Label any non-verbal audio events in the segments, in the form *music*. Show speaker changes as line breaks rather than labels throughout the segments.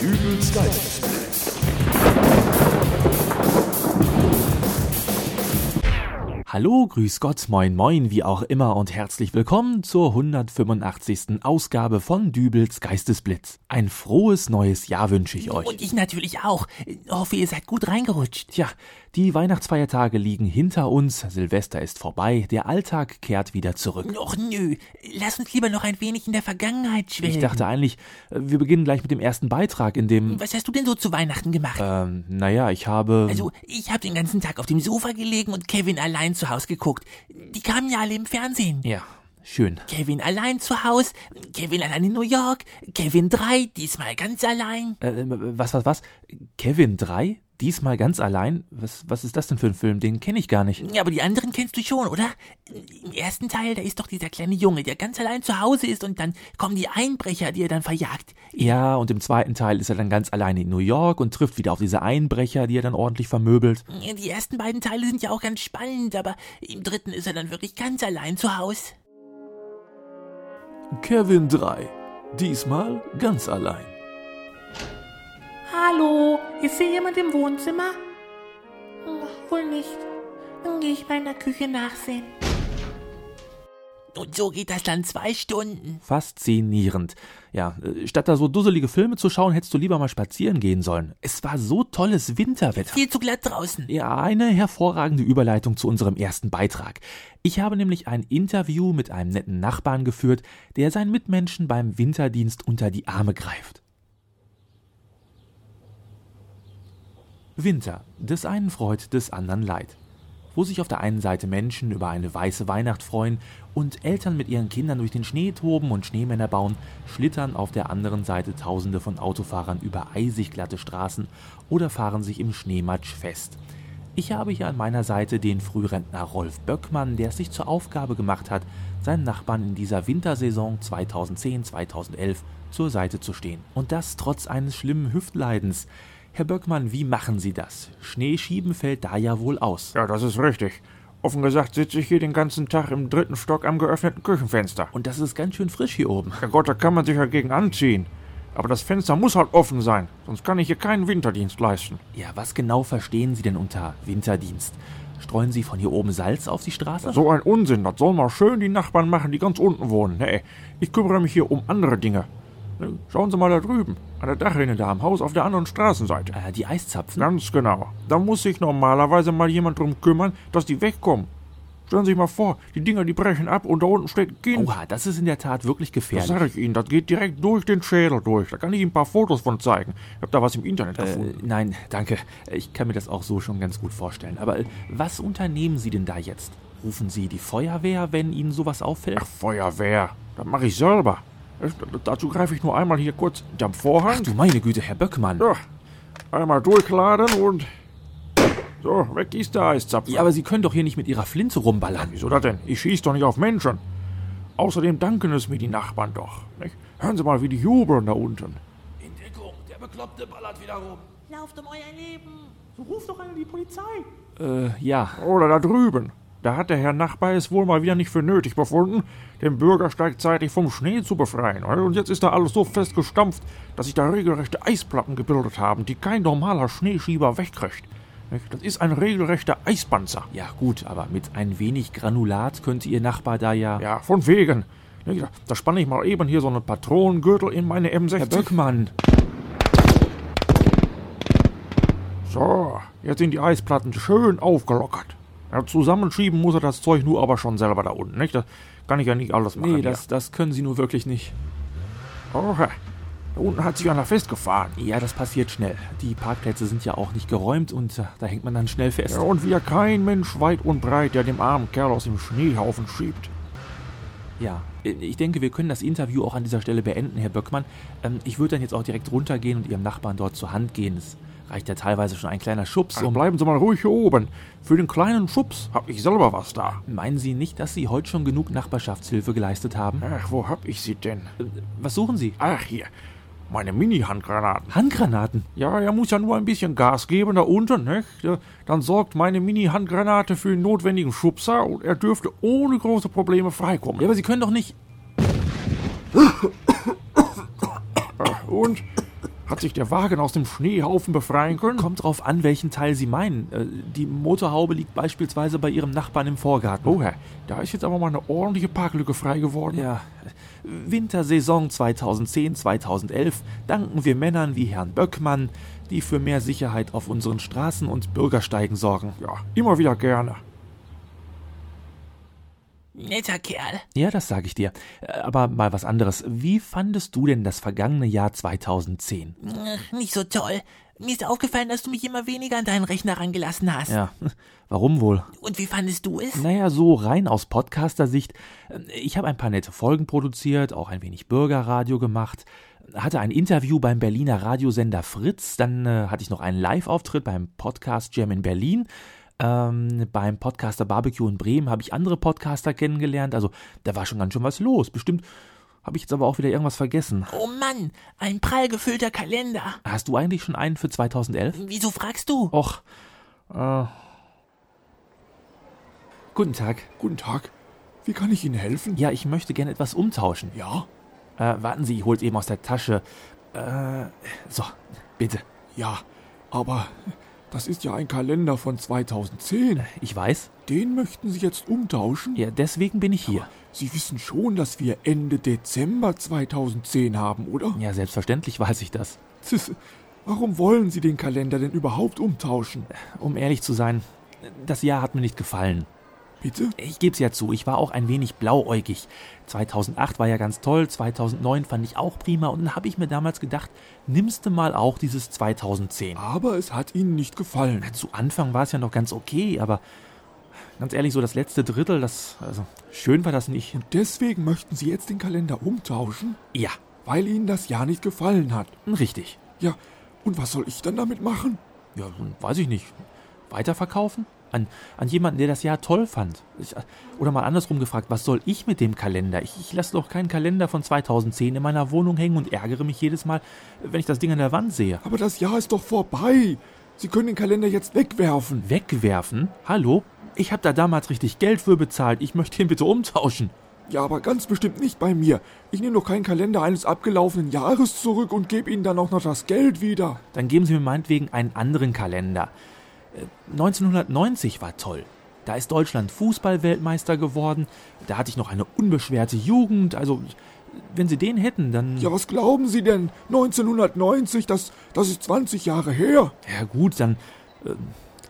Übelst geil.
Hallo, grüß Gott, moin moin, wie auch immer und herzlich willkommen zur 185. Ausgabe von Dübels Geistesblitz. Ein frohes neues Jahr wünsche ich euch.
Und ich natürlich auch. Hoffe, ihr seid gut reingerutscht.
Tja, die Weihnachtsfeiertage liegen hinter uns, Silvester ist vorbei, der Alltag kehrt wieder zurück.
Och nö, lass uns lieber noch ein wenig in der Vergangenheit schwelgen.
Ich dachte eigentlich, äh, wir beginnen gleich mit dem ersten Beitrag, in dem,
Was hast du denn so zu Weihnachten gemacht?
ähm, naja, ich habe...
Also, ich habe den ganzen Tag auf dem Sofa gelegen und Kevin allein zu Hause geguckt. Die kamen ja alle im Fernsehen.
ja, schön.
Kevin allein zu Hause, Kevin allein in New York, Kevin 3, diesmal ganz allein.
Äh, was, was, was? Kevin 3? Diesmal ganz allein? Was, was ist das denn für ein Film? Den kenne ich gar nicht.
Ja, aber die anderen kennst du schon, oder? Im ersten Teil, da ist doch dieser kleine Junge, der ganz allein zu Hause ist und dann kommen die Einbrecher, die er dann verjagt.
Ja, und im zweiten Teil ist er dann ganz alleine in New York und trifft wieder auf diese Einbrecher, die er dann ordentlich vermöbelt.
Die ersten beiden Teile sind ja auch ganz spannend, aber im dritten ist er dann wirklich ganz allein zu Hause.
Kevin 3. Diesmal ganz allein.
Hallo, ist hier jemand im Wohnzimmer? Hm, wohl nicht. Dann gehe ich mal in der Küche nachsehen.
Und so geht das dann zwei Stunden.
Faszinierend. Ja, äh, statt da so dusselige Filme zu schauen, hättest du lieber mal spazieren gehen sollen. Es war so tolles Winterwetter.
Viel zu glatt draußen.
Ja, eine hervorragende Überleitung zu unserem ersten Beitrag. Ich habe nämlich ein Interview mit einem netten Nachbarn geführt, der seinen Mitmenschen beim Winterdienst unter die Arme greift. Winter, des einen freut, des anderen leid. Wo sich auf der einen Seite Menschen über eine weiße Weihnacht freuen und Eltern mit ihren Kindern durch den Schnee toben und Schneemänner bauen, schlittern auf der anderen Seite Tausende von Autofahrern über eisig glatte Straßen oder fahren sich im Schneematsch fest. Ich habe hier an meiner Seite den Frührentner Rolf Böckmann, der es sich zur Aufgabe gemacht hat, seinen Nachbarn in dieser Wintersaison 2010-2011 zur Seite zu stehen. Und das trotz eines schlimmen Hüftleidens. Herr Böckmann, wie machen Sie das? Schneeschieben fällt da ja wohl aus.
Ja, das ist richtig. Offen gesagt sitze ich hier den ganzen Tag im dritten Stock am geöffneten Küchenfenster.
Und das ist ganz schön frisch hier oben.
Herrgott, da kann man sich ja gegen anziehen. Aber das Fenster muss halt offen sein, sonst kann ich hier keinen Winterdienst leisten.
Ja, was genau verstehen Sie denn unter Winterdienst? Streuen Sie von hier oben Salz auf die Straße?
So ein Unsinn, das sollen mal schön die Nachbarn machen, die ganz unten wohnen. Nee, ich kümmere mich hier um andere Dinge. Ne, Schauen Sie mal da drüben, an der Dachrinne da am Haus auf der anderen Straßenseite.
Äh, die Eiszapfen?
Ganz genau. Da muss sich normalerweise mal jemand drum kümmern, dass die wegkommen. Stellen Sie sich mal vor, die Dinger, die brechen ab und da unten steht ein Kind.
Oha, das ist in der Tat wirklich
Das
gefährlich.
sage ich Ihnen, das geht direkt durch den Schädel durch. Da kann ich Ihnen ein paar Fotos von zeigen. Ich habe da was im Internet
Äh,
gefunden.
nein, danke. Ich kann mir das auch so schon ganz gut vorstellen. Aber äh, was unternehmen Sie denn da jetzt? Rufen Sie die Feuerwehr, wenn Ihnen sowas auffällt?
Ach, Feuerwehr, das mache ich selber. Ich, dazu greife ich nur einmal hier kurz hinterm Vorhang.
du meine Güte, Herr Böckmann.
Ja, einmal durchladen und... So, weg ist der Eiszapfen.
Ja, aber Sie können doch hier nicht mit Ihrer Flinte rumballern.
Wieso das denn? Ich schieße doch nicht auf Menschen. Außerdem danken es mir die Nachbarn doch. Nicht? Hören Sie mal, wie die jubeln da unten.
Äh, ja.
Oder da drüben. Da hat der Herr Nachbar es wohl mal wieder nicht für nötig befunden, den Bürgersteig zeitig vom Schnee zu befreien. Äh, Und jetzt ist da alles so festgestampft, dass sich da regelrechte Eisplatten gebildet haben, die kein normaler Schneeschieber wegkriegt. Nicht? Das ist ein regelrechter Eispanzer.
Ja, gut, aber mit ein wenig Granulat könnte Ihr Nachbar da ja.
Ja, von wegen. Nicht? Da spanne ich mal eben hier so einen Patronengürtel in meine
Herr
M60.
Böckmann.
So, jetzt sind die Eisplatten schön aufgelockert. Ja, zusammenschieben muss er das Zeug nur aber schon selber da unten. Nicht? Das kann ich ja nicht alles machen.
Nee,
hier.
das, das können Sie nur wirklich nicht.
Oha, da unten hat sich einer festgefahren.
Ja, das passiert schnell. Die Parkplätze sind ja auch nicht geräumt und äh, da hängt man dann schnell fest.
Ja, und wieder kein Mensch weit und breit, der dem armen Kerl aus dem Schneehaufen schiebt.
Ja, äh, ich denke, wir können das Interview auch an dieser Stelle beenden, Herr Böckmann. Ähm, ich würde dann jetzt auch direkt runtergehen und Ihrem Nachbarn dort zur Hand gehen. Es reicht ja teilweise schon ein kleiner Schubs.
So
Um,
Also bleiben Sie mal ruhig hier oben. Für den kleinen Schubs hab ich selber was da.
meinen Sie nicht, dass Sie heute schon genug Nachbarschaftshilfe geleistet haben?
Ach, wo hab ich sie denn?
Äh, Was suchen Sie?
Ach, hier. Meine Mini-Handgranaten.
Handgranaten.
Ja, er muss ja nur ein bisschen Gas geben da unten, ne? Ja, Dann sorgt meine Mini-Handgranate für den notwendigen Schubser und er dürfte ohne große Probleme freikommen.
Ja, aber Sie können doch nicht.
Und? Hat
Hat sich der Wagen aus dem Schneehaufen befreien können?
Kommt drauf an, welchen Teil Sie meinen. Äh, Die Motorhaube liegt beispielsweise bei Ihrem Nachbarn im Vorgarten.
Oh Herr, da ist jetzt aber mal eine ordentliche Parklücke frei geworden.
Ja. Wintersaison 2010, 2011 danken wir Männern wie Herrn Böckmann, die für mehr Sicherheit auf unseren Straßen und Bürgersteigen sorgen.
ja immer wieder gerne.
Netter Kerl.
Ja, das sage ich dir. Äh, Aber mal was anderes. Wie fandest du denn das vergangene Jahr 2010?
Ach, nicht so toll. Mir ist aufgefallen, dass du mich immer weniger an deinen Rechner rangelassen hast.
Ja, *laughs* warum wohl?
Und wie fandest du es?
Naja, so rein aus Podcaster-Sicht. äh, Ich habe ein paar nette Folgen produziert, auch ein wenig Bürgerradio gemacht, hatte ein Interview beim Berliner Radiosender Fritz, dann äh, hatte ich noch einen Live-Auftritt beim Podcast Jam in Berlin. Ähm, beim Podcaster Barbecue in Bremen habe ich andere Podcaster kennengelernt, also da war schon ganz schön was los. Bestimmt habe ich jetzt aber auch wieder irgendwas vergessen.
Oh Mann, ein prall gefüllter Kalender.
Hast du eigentlich schon einen für 2011?
Wieso fragst du?
Och, äh. Guten Tag.
Guten Tag. Wie kann ich Ihnen helfen?
Ja, ich möchte gerne etwas umtauschen.
Ja?
Äh, warten Sie, holt eben aus der Tasche. Äh, so, bitte.
Ja, aber das ist ja ein Kalender von 2010.
Ich weiß.
Den möchten Sie jetzt umtauschen?
Ja, deswegen bin ich hier.
Sie wissen schon, dass wir Ende Dezember 2010 haben, oder?
Ja, selbstverständlich weiß ich das.
Tss, Warum wollen Sie den Kalender denn überhaupt umtauschen?
Um ehrlich zu sein, das Jahr hat mir nicht gefallen.
Bitte?
Ich geb's ja zu, ich war auch ein wenig blauäugig. 2008 war ja ganz toll, 2009 fand ich auch prima und dann habe ich mir damals gedacht, nimmst du mal auch dieses 2010.
Aber es hat Ihnen nicht gefallen.
Zu Anfang war es ja noch ganz okay, aber ganz ehrlich, so das letzte Drittel, das, also, schön war das nicht.
Deswegen möchten Sie jetzt den Kalender umtauschen,
Ja,
weil Ihnen das Jahr nicht gefallen hat.
richtig.
Ja, und was soll ich dann damit machen?
Ja, hm, weiß ich nicht. Weiterverkaufen? An, an jemanden, der das Jahr toll fand. Ich, äh, oder mal andersrum gefragt, was soll ich mit dem Kalender? Ich, ich lasse doch keinen Kalender von 2010 in meiner Wohnung hängen und ärgere mich jedes Mal, wenn ich das Ding an der Wand sehe.
Aber das Jahr ist doch vorbei. Sie können den Kalender jetzt wegwerfen.
Wegwerfen? Hallo? Ich habe da damals richtig Geld für bezahlt. Ich möchte ihn bitte umtauschen.
Ja, aber ganz bestimmt nicht bei mir. Ich nehme doch keinen Kalender eines abgelaufenen Jahres zurück und gebe Ihnen dann auch noch das Geld wieder.
Dann geben Sie mir meinetwegen einen anderen Kalender. Äh, 1990 war toll. Da ist Deutschland Fußballweltmeister geworden. Da hatte ich noch eine unbeschwerte Jugend. Also, wenn Sie den hätten, dann.
Ja, was glauben Sie denn? 1990, das, das ist 20 Jahre her.
Ja gut, dann äh,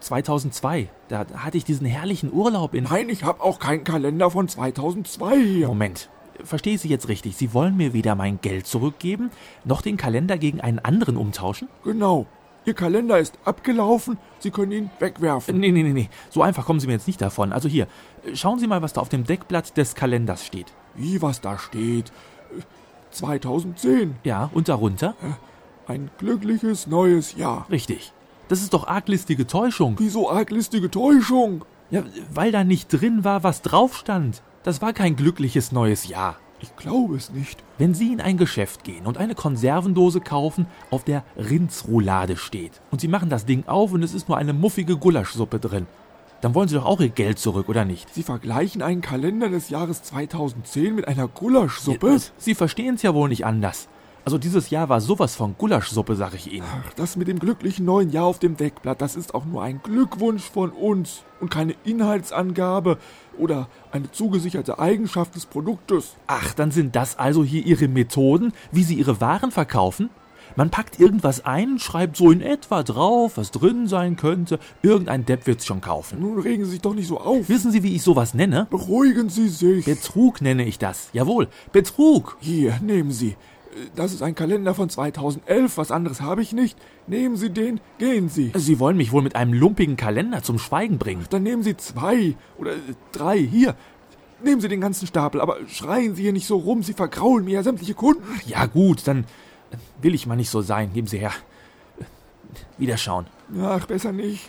2002, da hatte ich diesen herrlichen Urlaub in...
Nein, ich habe auch keinen Kalender von 2002 hier.
Moment, verstehe Sie jetzt richtig, Sie wollen mir weder mein Geld zurückgeben, noch den Kalender gegen einen anderen umtauschen?
Genau. Ihr Kalender ist abgelaufen. Sie können ihn
Äh,
wegwerfen.
Nee, nee, nee, nee, so einfach kommen Sie mir jetzt nicht davon. Also hier, äh, schauen Sie mal, was da auf dem Deckblatt des Kalenders steht.
Wie was da steht. Äh, 2010.
Ja, und darunter?
Ein glückliches neues Jahr.
Richtig. Das ist doch arglistige Täuschung.
Wieso arglistige Täuschung?
Ja, weil da nicht drin war, was drauf stand. Das war kein glückliches neues Jahr.
Ich glaube es nicht.
Wenn Sie in ein Geschäft gehen und eine Konservendose kaufen, auf der Rindsroulade steht, und Sie machen das Ding auf und es ist nur eine muffige Gulaschsuppe drin, dann wollen Sie doch auch Ihr Geld zurück, oder nicht?
Sie vergleichen einen Kalender des Jahres 2010 mit einer Gulaschsuppe?
Sie verstehen es ja wohl nicht anders. Also dieses Jahr war sowas von Gulaschsuppe, sag ich Ihnen.
Ach, das mit dem glücklichen neuen Jahr auf dem Deckblatt, das ist auch nur ein Glückwunsch von uns und keine Inhaltsangabe oder eine zugesicherte Eigenschaft des Produktes.
Ach, dann sind das also hier Ihre Methoden, wie Sie Ihre Waren verkaufen? Man packt irgendwas ein, schreibt so in etwa drauf, was drin sein könnte. Irgendein Depp wird's schon kaufen.
Nun regen Sie sich doch nicht so auf.
Wissen Sie, wie ich sowas nenne?
Beruhigen Sie sich.
Betrug nenne ich das. Jawohl, Betrug.
Hier, nehmen Sie. Äh, Das ist ein Kalender von 2011, was anderes habe ich nicht. Nehmen Sie den, gehen Sie. Also,
Sie wollen mich wohl mit einem lumpigen Kalender zum Schweigen bringen.
Dann nehmen Sie zwei oder äh, drei. Hier, nehmen Sie den ganzen Stapel, aber schreien Sie hier nicht so rum, Sie vergraulen mir ja sämtliche Kunden.
Ja gut, dann will ich mal nicht so sein. Geben Sie her. Wiederschauen.
Ach, besser nicht.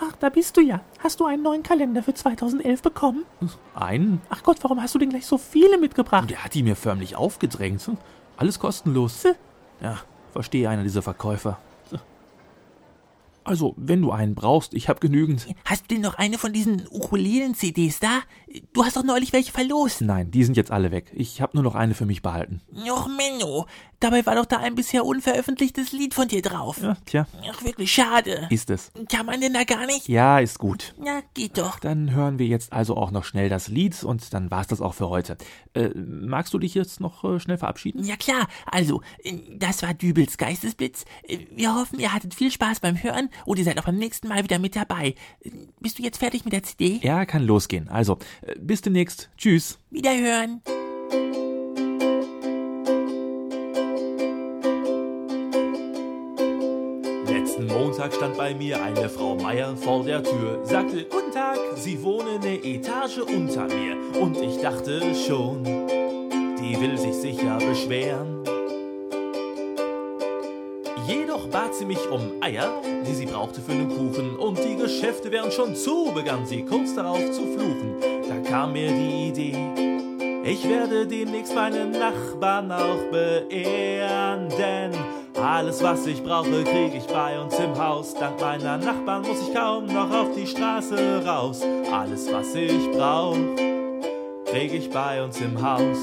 Ach, da bist du ja. Hast du einen neuen Kalender für 2011 bekommen?
Einen?
Ach Gott, warum hast du denn gleich so viele mitgebracht?
Der hat die mir förmlich aufgedrängt. Hm, Hm. Alles kostenlos. Ja, verstehe einer dieser Verkäufer. Also, wenn du einen brauchst, ich hab genügend.
Hast du denn noch eine von diesen Ukulelen-CDs da? Du hast doch neulich welche verlost.
Nein, die sind jetzt alle weg. Ich hab nur noch eine für mich behalten.
Och, Menno, dabei war doch da ein bisher unveröffentlichtes Lied von dir drauf.
Ja, tja,
Ach, wirklich schade.
ist es.
Kann man denn da gar nicht?
Ja, ist gut.
Na, geht doch.
Dann hören wir jetzt also auch noch schnell das Lied und dann war's das auch für heute. Äh, magst du dich jetzt noch äh, schnell verabschieden?
Ja klar, also, äh, das war Dübels Geistesblitz. Äh, Wir hoffen, ihr hattet viel Spaß beim Hören und ihr seid auch beim nächsten Mal wieder mit dabei. Äh, Bist du jetzt fertig mit der CD?
Ja, kann losgehen. Also, äh, bis demnächst. Tschüss.
Wiederhören.
Letzten Montag stand bei mir eine Frau Meier vor der Tür, sagte Guten Tag, sie wohne eine Etage unter mir und ich dachte schon, die will sich sicher beschweren. Jedoch bat sie mich um Eier, die sie brauchte für den Kuchen und die Geschäfte wären schon zu, begann sie kurz darauf zu fluchen. Da kam mir die Idee, ich werde demnächst meinen Nachbarn auch beehren, denn alles, was ich brauche, kriege ich bei uns im Haus. Dank meiner Nachbarn muss ich kaum noch auf die Straße raus. Alles, was ich brauch, kriege ich bei uns im Haus.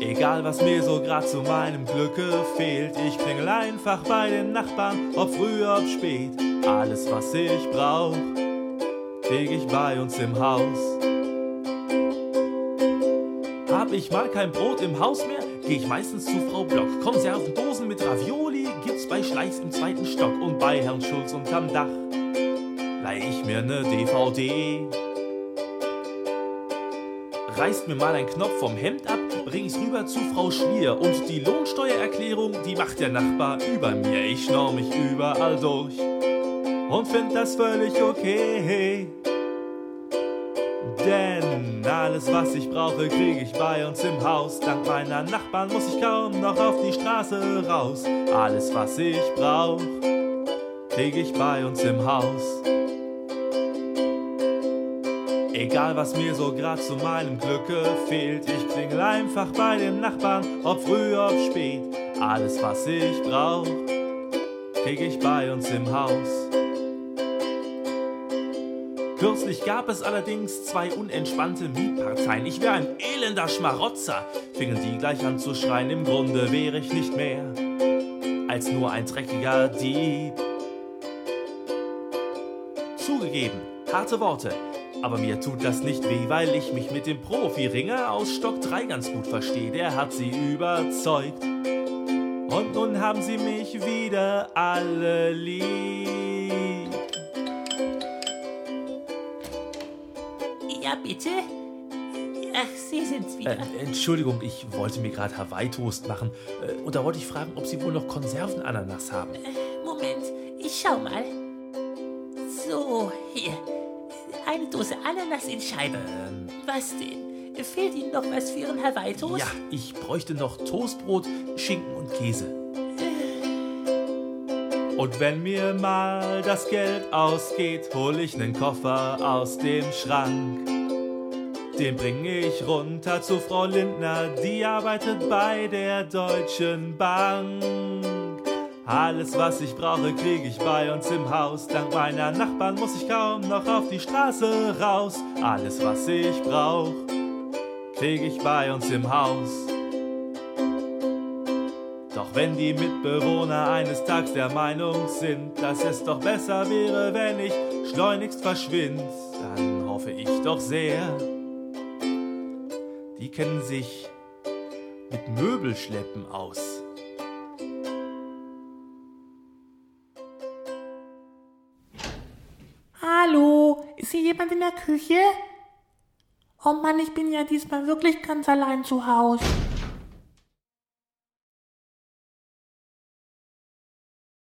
Egal was mir so grad zu meinem Glücke fehlt, ich klingel einfach bei den Nachbarn, ob früh, ob spät. Alles, was ich brauch, krieg ich bei uns im Haus. Hab ich mal kein Brot im Haus mehr, geh ich meistens zu Frau Block. Konservendosen mit Ravioli gibt's bei Schleichs im zweiten Stock und bei Herrn Schulz unterm Dach leih ich mir ne DVD. Reißt mir mal ein Knopf vom Hemd ab, bring ich's rüber zu Frau Schlier und die Lohnsteuererklärung, die macht der Nachbar über mir. Ich schnorr mich überall durch und find das völlig okay. Denn alles, was ich brauche, krieg ich bei uns im Haus. Dank meiner Nachbarn muss ich kaum noch auf die Straße raus. Alles, was ich brauch, krieg ich bei uns im Haus. Egal was mir so grad zu meinem Glücke fehlt, ich klingel einfach bei den Nachbarn, ob früh, ob spät. Alles, was ich brauch, krieg ich bei uns im Haus. Kürzlich gab es allerdings zwei unentspannte Mietparteien. Ich wär ein elender Schmarotzer, fingen die gleich an zu schreien. Im Grunde wäre ich nicht mehr als nur ein dreckiger Dieb. Zugegeben, harte Worte. Aber mir tut das nicht weh, weil ich mich mit dem Profi-Ringer aus Stock 3 ganz gut verstehe. Der hat sie überzeugt. Und nun haben sie mich wieder alle lieb.
Ja, bitte? Ach, Sie sind's
Äh,
wieder.
Entschuldigung, ich wollte mir gerade Hawaii-Toast machen. Äh, und da wollte ich fragen, ob Sie wohl noch Konservenananas haben.
Moment, ich schau mal. So, hier. Eine Dose Ananas in Scheiben.
Ähm,
Was denn? Fehlt Ihnen noch was für Ihren Hawaii-Toast?
ja, ich bräuchte noch Toastbrot, Schinken und Käse. Und wenn mir mal das Geld ausgeht, hol ich nen Koffer aus dem Schrank. Den bring ich runter zu Frau Lindner, die arbeitet bei der Deutschen Bank. Alles, was ich brauche, krieg ich bei uns im Haus. Dank meiner Nachbarn muss ich kaum noch auf die Straße raus. Alles, was ich brauch, krieg ich bei uns im Haus. Doch wenn die Mitbewohner eines Tags der Meinung sind, dass es doch besser wäre, wenn ich schleunigst verschwind, dann hoffe ich doch sehr. Die kennen sich mit Möbelschleppen aus.
Hallo, ist hier jemand in der Küche? Oh Mann, ich bin ja diesmal wirklich ganz allein zu Hause.